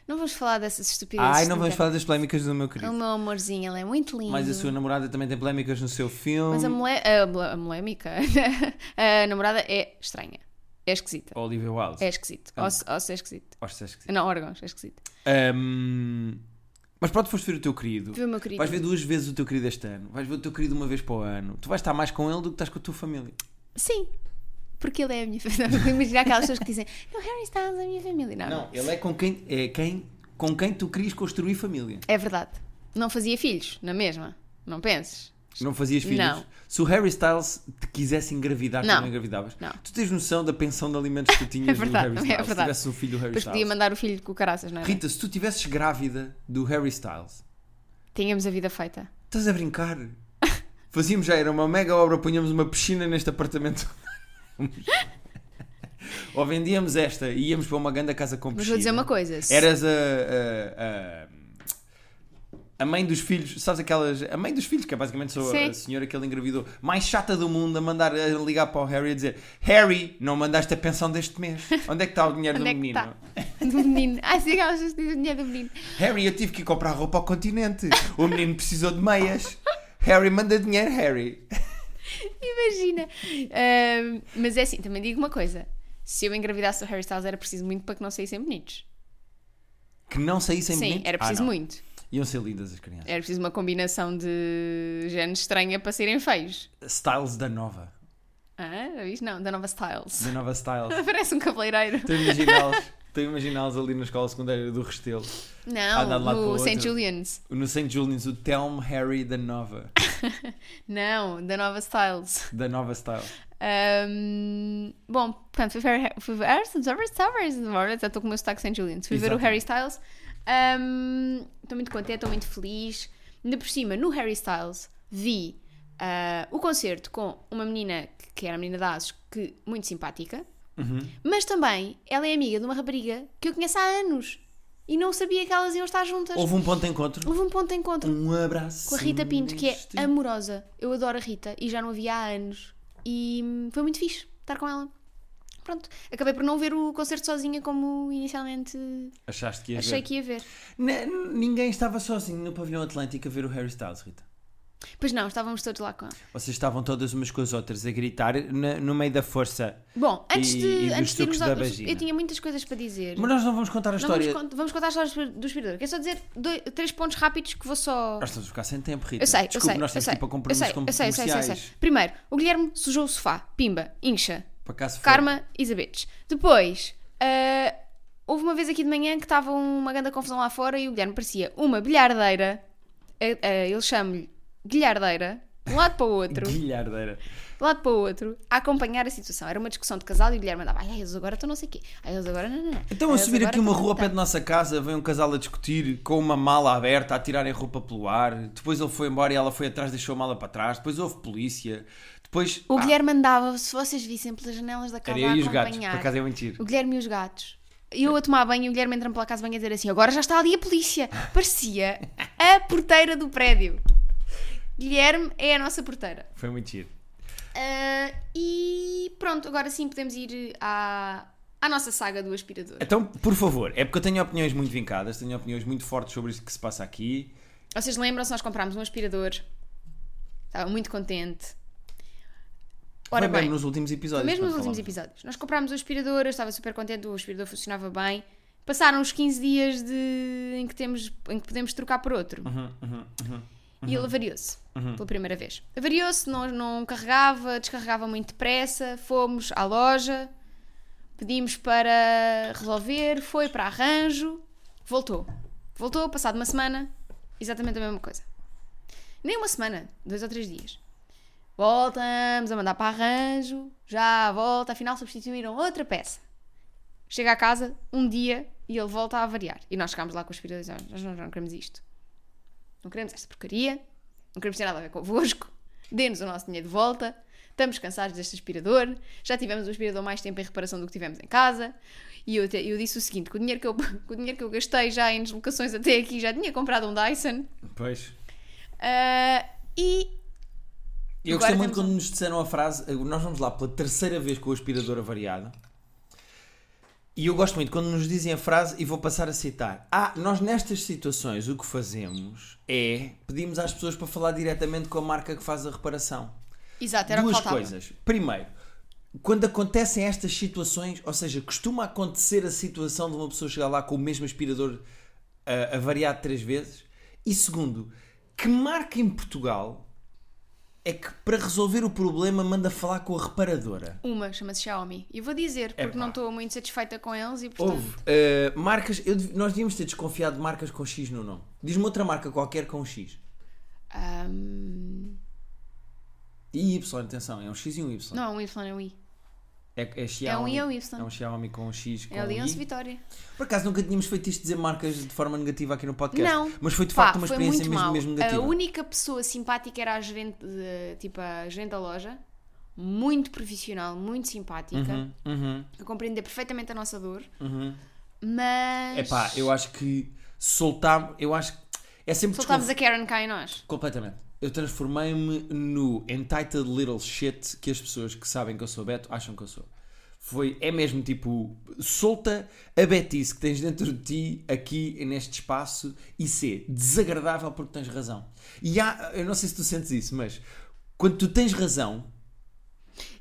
Speaker 2: Não vamos falar dessas estupidezes.
Speaker 1: Ai, não vamos
Speaker 2: nunca.
Speaker 1: falar das polémicas do meu querido.
Speaker 2: O meu amorzinho, ele é muito lindo.
Speaker 1: Mas a sua namorada também tem polémicas no seu filme.
Speaker 2: Mas é um- a, mole... a, mole- a molémica, a namorada é estranha. É esquisita.
Speaker 1: Olivia Wilde.
Speaker 2: É esquisito. Osso, osso é esquisito.
Speaker 1: Acho que é esquisito.
Speaker 2: Não, órgãos, é esquisito.
Speaker 1: Ahm, Mas pronto, foste ver o teu querido.
Speaker 2: Fui ver o meu querido.
Speaker 1: Vais ver duas vezes o teu querido este ano. Vais ver o teu querido uma vez para o ano. Tu vais estar mais com ele do que estás com a tua família.
Speaker 2: Sim, porque ele é a minha família. Vou imaginar aquelas pessoas que dizem, não, Harry Styles é a minha família. Não, não.
Speaker 1: Não, ele é com quem, é quem, com quem tu querias construir família.
Speaker 2: É verdade. Não fazia filhos, na mesma. Não penses.
Speaker 1: Não fazias filhos?
Speaker 2: Não.
Speaker 1: Se o Harry Styles te quisesse engravidar, tu
Speaker 2: Não.
Speaker 1: não engravidavas?
Speaker 2: Não.
Speaker 1: Tu tens noção da pensão de alimentos que tu tinhas
Speaker 2: É verdade,
Speaker 1: do
Speaker 2: é
Speaker 1: Harry Styles? Se
Speaker 2: verdade.
Speaker 1: tivesse um filho do Harry
Speaker 2: Depois podia
Speaker 1: Styles.
Speaker 2: mandar o filho com o caraças, não é?
Speaker 1: Rita, se tu estivesses grávida do Harry Styles,
Speaker 2: Tínhamos a vida feita.
Speaker 1: estás a brincar? Fazíamos já, era uma mega obra, punhamos uma piscina neste apartamento. Ou vendíamos esta e íamos para uma grande casa com
Speaker 2: Mas
Speaker 1: piscina.
Speaker 2: vou dizer uma coisa. se-
Speaker 1: Eras a, a, a- a mãe dos filhos, sabes aquelas. A mãe dos filhos, que é basicamente sou
Speaker 2: Sim.
Speaker 1: a senhora que ele engravidou, mais chata do mundo, a mandar a ligar para o Harry e dizer: Harry, não mandaste a pensão deste mês. Onde é que está o dinheiro do
Speaker 2: Onde é que
Speaker 1: menino?
Speaker 2: está? Do menino. Ah, sim, elas dizem o dinheiro do menino.
Speaker 1: Harry, eu tive que ir comprar roupa ao continente. O menino precisou de meias. Harry, manda dinheiro, Harry.
Speaker 2: Imagina. Ahm, mas é assim, também digo uma coisa. Se eu engravidasse o Harry Styles era preciso muito para que não saíssem bonitos.
Speaker 1: Que não saíssem
Speaker 2: Sim,
Speaker 1: bonitos.
Speaker 2: era
Speaker 1: Ah,
Speaker 2: preciso
Speaker 1: não.
Speaker 2: muito.
Speaker 1: Iam ser lindas as crianças.
Speaker 2: Era preciso uma combinação de genes estranha para serem feios.
Speaker 1: Styles da Nova.
Speaker 2: Ah, viste? Não, da nova Styles.
Speaker 1: Da Nova Styles.
Speaker 2: Parece um cabeleireiro.
Speaker 1: Estou a imaginá-los. Estou a imaginá-los ali na escola secundária do Restelo. Ah, dá de lado para o
Speaker 2: Não, no St.
Speaker 1: outro.
Speaker 2: Julian's.
Speaker 1: No St. Julian's, o Telm Harry da Nova.
Speaker 2: Não, da nova Styles.
Speaker 1: Da Nova Styles.
Speaker 2: Ahm, bom, portanto, fui ver, fui ver ah, St. George Towers, agora já estou com o meu sotaque St. Julian's. Fui ver o
Speaker 1: Exatamente.
Speaker 2: Harry Styles. Ahm, Estou muito contente, estou muito feliz. Ainda por cima, no Harry Styles, vi ah, o concerto com uma menina que- que era a menina da Asos, que muito simpática,
Speaker 1: Uhum.
Speaker 2: mas também ela é amiga de uma rapariga que eu conheço há anos e não sabia que elas iam estar juntas.
Speaker 1: Houve
Speaker 2: Houve,
Speaker 1: um ponto de encontro.
Speaker 2: um ponto de encontro
Speaker 1: Um abraço.
Speaker 2: com a Rita Pinto, que é
Speaker 1: neste-
Speaker 2: amorosa. Eu adoro a Rita e já não a vi há anos. E hum, foi muito fixe estar com ela. Pronto, acabei por não ver o concerto sozinha como inicialmente
Speaker 1: Achaste que ia
Speaker 2: achei
Speaker 1: ver?
Speaker 2: que ia ver.
Speaker 1: N- n- Ninguém estava sozinho no pavilhão Atlântico a ver o Harry Styles, Rita.
Speaker 2: Pois não, estávamos todos lá com ela.
Speaker 1: Vocês estavam todas umas com as outras a gritar na- no meio da força.
Speaker 2: Bom, antes
Speaker 1: E-
Speaker 2: de,
Speaker 1: e dos
Speaker 2: antes de irmos
Speaker 1: sucos da
Speaker 2: ao,
Speaker 1: vagina.
Speaker 2: eu tinha muitas coisas para dizer.
Speaker 1: Mas nós não vamos contar a
Speaker 2: Não, vamos,
Speaker 1: história.
Speaker 2: cont- vamos contar as histórias do Espirador. Quero só dizer dois- três pontos rápidos que vou só.
Speaker 1: Nós estamos a ficar sem tempo, Rita.
Speaker 2: Eu sei,
Speaker 1: Desculpe,
Speaker 2: eu sei.
Speaker 1: nós temos que
Speaker 2: eu
Speaker 1: ir
Speaker 2: sei,
Speaker 1: para compromissos
Speaker 2: eu sei,
Speaker 1: com
Speaker 2: eu sei, eu sei, eu sei, eu sei.
Speaker 1: comerciais.
Speaker 2: Primeiro, o Guilherme sujou o sofá. Pimba, incha.
Speaker 1: Por acaso foi.
Speaker 2: Karma, Isabetes. Depois, ah, houve uma vez aqui de manhã que estava uma grande confusão lá fora e o Guilherme parecia uma bilhardeira. Ah, ah, ele chama-lhe bilhardeira, de um lado para o outro, de
Speaker 1: Guilhardeira.
Speaker 2: um lado para o outro, a acompanhar a situação. Era uma discussão de casal e o Guilherme andava, ai, eles agora estão não sei o quê, ai, eles agora não, não, não.
Speaker 1: Então,
Speaker 2: Ai,
Speaker 1: a
Speaker 2: eles
Speaker 1: subir
Speaker 2: agora tá.
Speaker 1: aqui uma
Speaker 2: estão-
Speaker 1: rua ao pé
Speaker 2: estão."
Speaker 1: de nossa casa, vem um casal a discutir com uma mala aberta, a tirarem roupa pelo ar. Depois ele foi embora e ela foi atrás, deixou a mala para trás. Depois houve polícia. Depois.
Speaker 2: O
Speaker 1: Ah,
Speaker 2: Guilherme andava, se vocês vissem pelas janelas da casa,
Speaker 1: Era eu e os
Speaker 2: a
Speaker 1: gatos, por
Speaker 2: acompanhar.
Speaker 1: acaso é mentir.
Speaker 2: O Guilherme e os gatos. Eu a tomar banho e o Guilherme entra pela casa de banho a dizer assim: agora já está ali a polícia. Parecia a porteira do prédio. Guilherme é a nossa porteira.
Speaker 1: Foi mentir.
Speaker 2: Ah, e pronto, agora sim podemos ir à, à nossa saga do aspirador.
Speaker 1: Então, por favor, é porque eu tenho opiniões muito vincadas, tenho opiniões muito fortes sobre isto que se passa aqui.
Speaker 2: Vocês lembram-se, nós comprámos um aspirador. Estava muito contente. Ora
Speaker 1: foi
Speaker 2: bem,
Speaker 1: mesmo nos últimos episódios.
Speaker 2: mesmo nos
Speaker 1: quando
Speaker 2: últimos
Speaker 1: falámos.
Speaker 2: episódios. Nós comprámos o aspirador, eu estava super contente, o aspirador funcionava bem. Passaram os 15 dias de... em, que temos... em que podemos trocar por outro. E ele avariou-se pela primeira vez. Avariou-se, não, não carregava, descarregava muito depressa. Fomos à loja, pedimos para resolver, foi para arranjo, voltou. Voltou, passado uma semana, exatamente a mesma coisa. Nem uma semana, dois ou três dias. Voltamos a mandar para arranjo, já volta, afinal substituíram outra peça. Chega a casa, um dia, e ele volta a variar. E nós chegámos lá com os filhos e dizemos, nós não- não queremos isto. Não queremos esta porcaria, não queremos ter nada a ver convosco, dê-nos o nosso dinheiro de volta, estamos cansados deste aspirador, já tivemos o aspirador mais tempo em reparação do que tivemos em casa. E eu, te- eu disse o seguinte: com o, dinheiro que eu, com o dinheiro que eu gastei já em deslocações até aqui, já tinha comprado um Dyson.
Speaker 1: Pois.
Speaker 2: ah, e
Speaker 1: Eu
Speaker 2: Agora
Speaker 1: gostei muito
Speaker 2: temos um-
Speaker 1: quando nos disseram a frase, nós vamos lá pela terceira vez com o aspirador avariado. E eu gosto muito quando nos dizem a frase e vou passar a citar. Ah, nós nestas situações o que fazemos é pedimos às pessoas para falar diretamente com a marca que faz a reparação.
Speaker 2: Exato, era o que
Speaker 1: Duas
Speaker 2: faltava.
Speaker 1: coisas. Primeiro, quando acontecem estas situações, ou seja, costuma acontecer a situação de uma pessoa chegar lá com o mesmo aspirador ah, avariado três vezes. E segundo, que marca em Portugal é que para resolver o problema manda falar com a reparadora?
Speaker 2: Uma chama-se Xiaomi. E eu vou dizer, porque
Speaker 1: Epá.
Speaker 2: não estou muito satisfeita com eles e portanto.
Speaker 1: Houve ah, marcas, eu dev- nós devíamos ter desconfiado de marcas com X no nome. Diz-me outra marca qualquer com X.
Speaker 2: ahm,
Speaker 1: E Y, atenção, é um X e um Y.
Speaker 2: não, é um Y, é um I.
Speaker 1: É, é, Xiaomi,
Speaker 2: é um Y.
Speaker 1: É um Xiaomi com um X. Com
Speaker 2: É a
Speaker 1: um
Speaker 2: Aliança
Speaker 1: I.
Speaker 2: Vitória.
Speaker 1: Por acaso nunca tínhamos feito isto de dizer marcas de forma negativa aqui no podcast.
Speaker 2: Não.
Speaker 1: Mas foi de
Speaker 2: Pá,
Speaker 1: facto uma
Speaker 2: foi
Speaker 1: experiência
Speaker 2: muito
Speaker 1: mesmo,
Speaker 2: mau.
Speaker 1: mesmo negativa.
Speaker 2: A única pessoa simpática era a gerente, de- tipo, a gerente da loja. muito profissional, muito simpática,
Speaker 1: Uhum, uhum,
Speaker 2: a compreender perfeitamente a nossa dor,
Speaker 1: uhum.
Speaker 2: mas
Speaker 1: Epá, eu acho que soltar. Eu acho que. É sempre
Speaker 2: soltámos
Speaker 1: desconf-
Speaker 2: a Karen cá em nós.
Speaker 1: Completamente. Eu transformei-me no entitled little shit que as pessoas que sabem que eu sou Beto acham que eu sou. Foi, é mesmo tipo, solta a betice que tens dentro de ti, aqui neste espaço, e ser desagradável porque tens razão. E há, eu não sei se tu sentes isso, mas quando tu tens razão,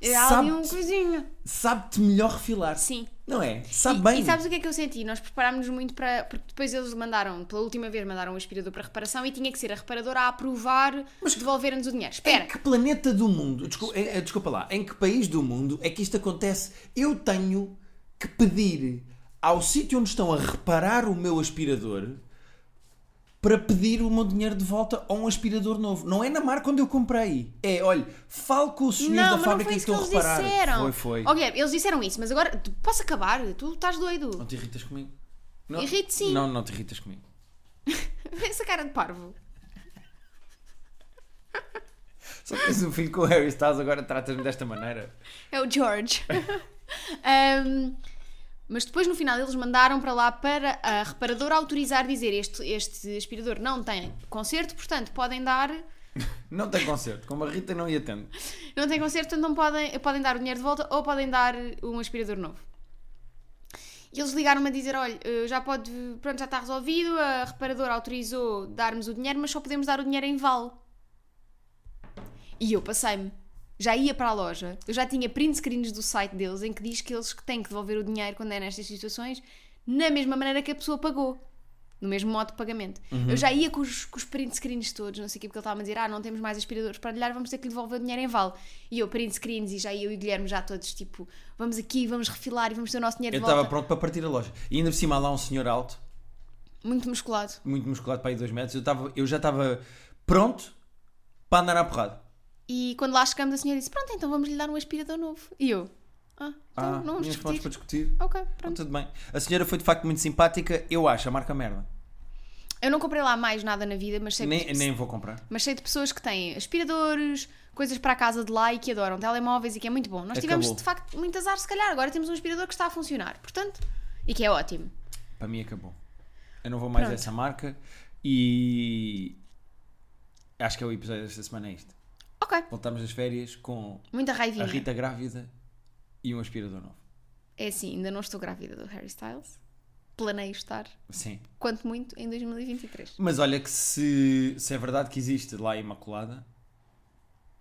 Speaker 2: Há
Speaker 1: Sabe-
Speaker 2: ali um coisinho.
Speaker 1: sabe-te melhor refilar.
Speaker 2: Sim.
Speaker 1: Não é? Sabe
Speaker 2: e,
Speaker 1: bem.
Speaker 2: e sabes o que é que eu senti? Nós preparámos-nos muito para. Porque depois eles mandaram, pela última vez, mandaram o aspirador para reparação e tinha que ser a reparadora a aprovar devolver-nos o dinheiro. Espera!
Speaker 1: Em que planeta do mundo, desculpa, eh, desculpa lá, em que país do mundo é que isto acontece? Eu tenho que pedir ao sítio onde estão a reparar o meu aspirador para pedir o meu dinheiro de volta a um aspirador novo. Não é na marca onde eu comprei. É, olha, falo com os senhores
Speaker 2: Não,
Speaker 1: da
Speaker 2: mas não
Speaker 1: fábrica
Speaker 2: foi
Speaker 1: que
Speaker 2: isso que
Speaker 1: estão a
Speaker 2: eles
Speaker 1: reparar.
Speaker 2: disseram.
Speaker 1: Foi, foi.
Speaker 2: Ok, eles disseram isso, mas agora tu- posso acabar? Tu estás doido.
Speaker 1: Não te irritas comigo? Não-
Speaker 2: Irrite sim.
Speaker 1: Não, não te irritas comigo.
Speaker 2: Vê essa cara de parvo.
Speaker 1: Só que tens um filho com o Harry Styles agora tratas-me desta maneira.
Speaker 2: É o George. Ahm, Um, mas depois no final eles mandaram para lá para a reparadora autorizar dizer este, este aspirador não tem conserto, portanto podem dar.
Speaker 1: Não tem concerto, como a Rita não ia tendo.
Speaker 2: Não tem conserto, portanto não podem, podem dar o dinheiro de volta ou podem dar um aspirador novo. E eles ligaram-me a dizer: olha, eh, já pode. Pronto, já está resolvido, a reparadora autorizou darmos o dinheiro, mas só podemos dar o dinheiro em vale. E eu passei-me. Já ia para a loja, eu já tinha print screens do site deles em que diz que eles que têm que devolver o dinheiro quando é nestas situações, na mesma maneira que a pessoa pagou, no mesmo modo de pagamento. Eu já ia com os, com os print screens todos, não sei o que, porque ele estava a dizer: Ah, não temos mais aspiradores para olhar, vamos ter que lhe devolver o dinheiro em vale. E eu, print screens, e já eu e o Guilherme já todos tipo: Vamos aqui, vamos refilar e vamos ter o nosso dinheiro
Speaker 1: Eu
Speaker 2: É de volta.
Speaker 1: estava pronto para partir a loja. E ainda por cima há lá um senhor alto
Speaker 2: Muito musculado.
Speaker 1: muito musculado para aí 2 metros, eu, tava, eu já estava pronto para andar à porrada.
Speaker 2: E quando lá chegamos, a senhora disse: Pronto, então vamos lhe dar um aspirador novo. E eu: Ah, então não vamos
Speaker 1: tínhamos pontos
Speaker 2: discutir.
Speaker 1: para discutir.
Speaker 2: Ok,
Speaker 1: Então,
Speaker 2: pronto.
Speaker 1: tudo bem. A senhora foi de facto muito simpática, eu acho, a marca merda.
Speaker 2: Eu não comprei lá mais nada na vida, mas sei,
Speaker 1: Nem, nem vou comprar.
Speaker 2: mas sei de pessoas que têm aspiradores, coisas para a casa de lá e que adoram telemóveis e que é muito bom. Nós tivemos
Speaker 1: Acabou.
Speaker 2: de facto muito azar, se calhar. Agora temos um aspirador que está a funcionar, portanto, e que é ótimo.
Speaker 1: Para mim acabou. Eu não vou mais a
Speaker 2: Pronto.
Speaker 1: essa marca e acho que é o episódio desta semana é isto.
Speaker 2: Ok,
Speaker 1: Voltamos das férias com
Speaker 2: muita
Speaker 1: a
Speaker 2: raivinha.
Speaker 1: Rita grávida e um aspirador novo.
Speaker 2: É assim, ainda não estou grávida do Harry Styles. Planeio estar,
Speaker 1: Sim.
Speaker 2: quanto muito, em 2023.
Speaker 1: Mas olha que se, se é verdade que existe lá a Imaculada,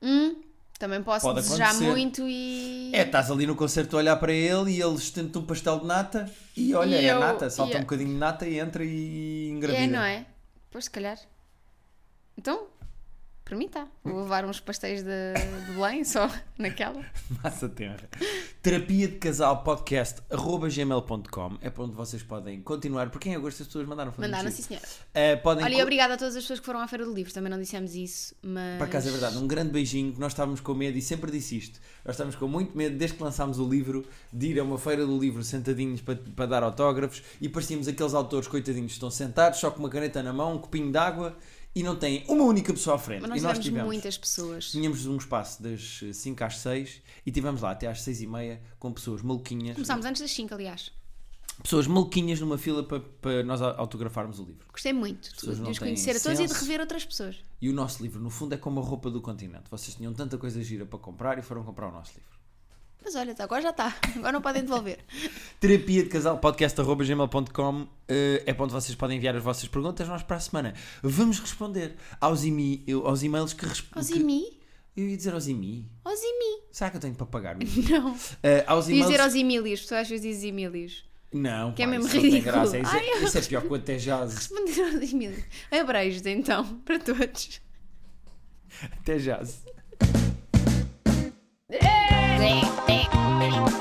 Speaker 2: Hum, também posso
Speaker 1: Pode
Speaker 2: desejar
Speaker 1: acontecer.
Speaker 2: muito e.
Speaker 1: É, estás ali no concerto a olhar para ele e ele estende um pastel de nata e olha,
Speaker 2: E
Speaker 1: é
Speaker 2: eu-
Speaker 1: nata, salta
Speaker 2: e eu-
Speaker 1: um bocadinho de nata e entra e engravida.
Speaker 2: É, não é? Pois, se calhar. Então, para mim está. Vou levar uns pastéis de, de Belém só naquela.
Speaker 1: Massa terra. Terapia de casal podcast arroba gmail.com é para onde vocês podem continuar. Porque em agosto as pessoas mandaram fazer
Speaker 2: Mandaram, sim,
Speaker 1: isso.
Speaker 2: senhora.
Speaker 1: Eh, podem
Speaker 2: Olha, e
Speaker 1: co-
Speaker 2: obrigada a todas as pessoas que foram à Feira do Livro. Também não dissemos isso, mas.
Speaker 1: Por acaso é verdade, um grande beijinho, que nós estávamos com medo e sempre disse isto. Nós estávamos com muito medo, desde que lançámos o livro, de ir a uma feira do livro sentadinhos para, para dar autógrafos e parecíamos aqueles autores coitadinhos que estão sentados, só com uma caneta na mão, um copinho de água e não têm uma única pessoa à frente.
Speaker 2: Mas nós
Speaker 1: e nós
Speaker 2: tivemos
Speaker 1: tivemos.
Speaker 2: muitas pessoas.
Speaker 1: Tínhamos um espaço das 5 às 6 e tivemos lá até às 6 e meia com pessoas maluquinhas.
Speaker 2: Começámos antes das 5, aliás.
Speaker 1: Pessoas maluquinhas numa fila para, para nós autografarmos o livro.
Speaker 2: Gostei muito de
Speaker 1: pessoas
Speaker 2: de
Speaker 1: não
Speaker 2: os
Speaker 1: têm
Speaker 2: conhecer a todos e de
Speaker 1: senso.
Speaker 2: rever outras pessoas.
Speaker 1: E o nosso livro, no fundo, é como a roupa do continente. Vocês tinham tanta coisa gira para comprar e foram comprar o nosso livro.
Speaker 2: Mas olha, tá, agora já está. Agora não podem devolver.
Speaker 1: Terapia de Casal Podcast arroba gmail.com eh, é para onde vocês podem enviar as vossas perguntas. Nós para a semana vamos responder aos, imi, eu- aos e-mails que resp- que-
Speaker 2: Ozimi?
Speaker 1: Eu ia dizer aos e-mail.
Speaker 2: Ozimi?
Speaker 1: Será que eu tenho para pagar? mesmo?
Speaker 2: Não.
Speaker 1: Eh, aos
Speaker 2: Devia
Speaker 1: e-mails.
Speaker 2: dizer Ozimílios. Tu às vezes dizes Emílios.
Speaker 1: Não,
Speaker 2: Que é
Speaker 1: pá,
Speaker 2: mesmo
Speaker 1: isso não tem
Speaker 2: ridículo.
Speaker 1: graça. Isso, é-
Speaker 2: Ai, eu-
Speaker 1: isso é pior que o até jazz.
Speaker 2: Responder aos Emílios. Abreijos então, para todos.
Speaker 1: Até jazz.
Speaker 3: Bleh, bleh, bleh.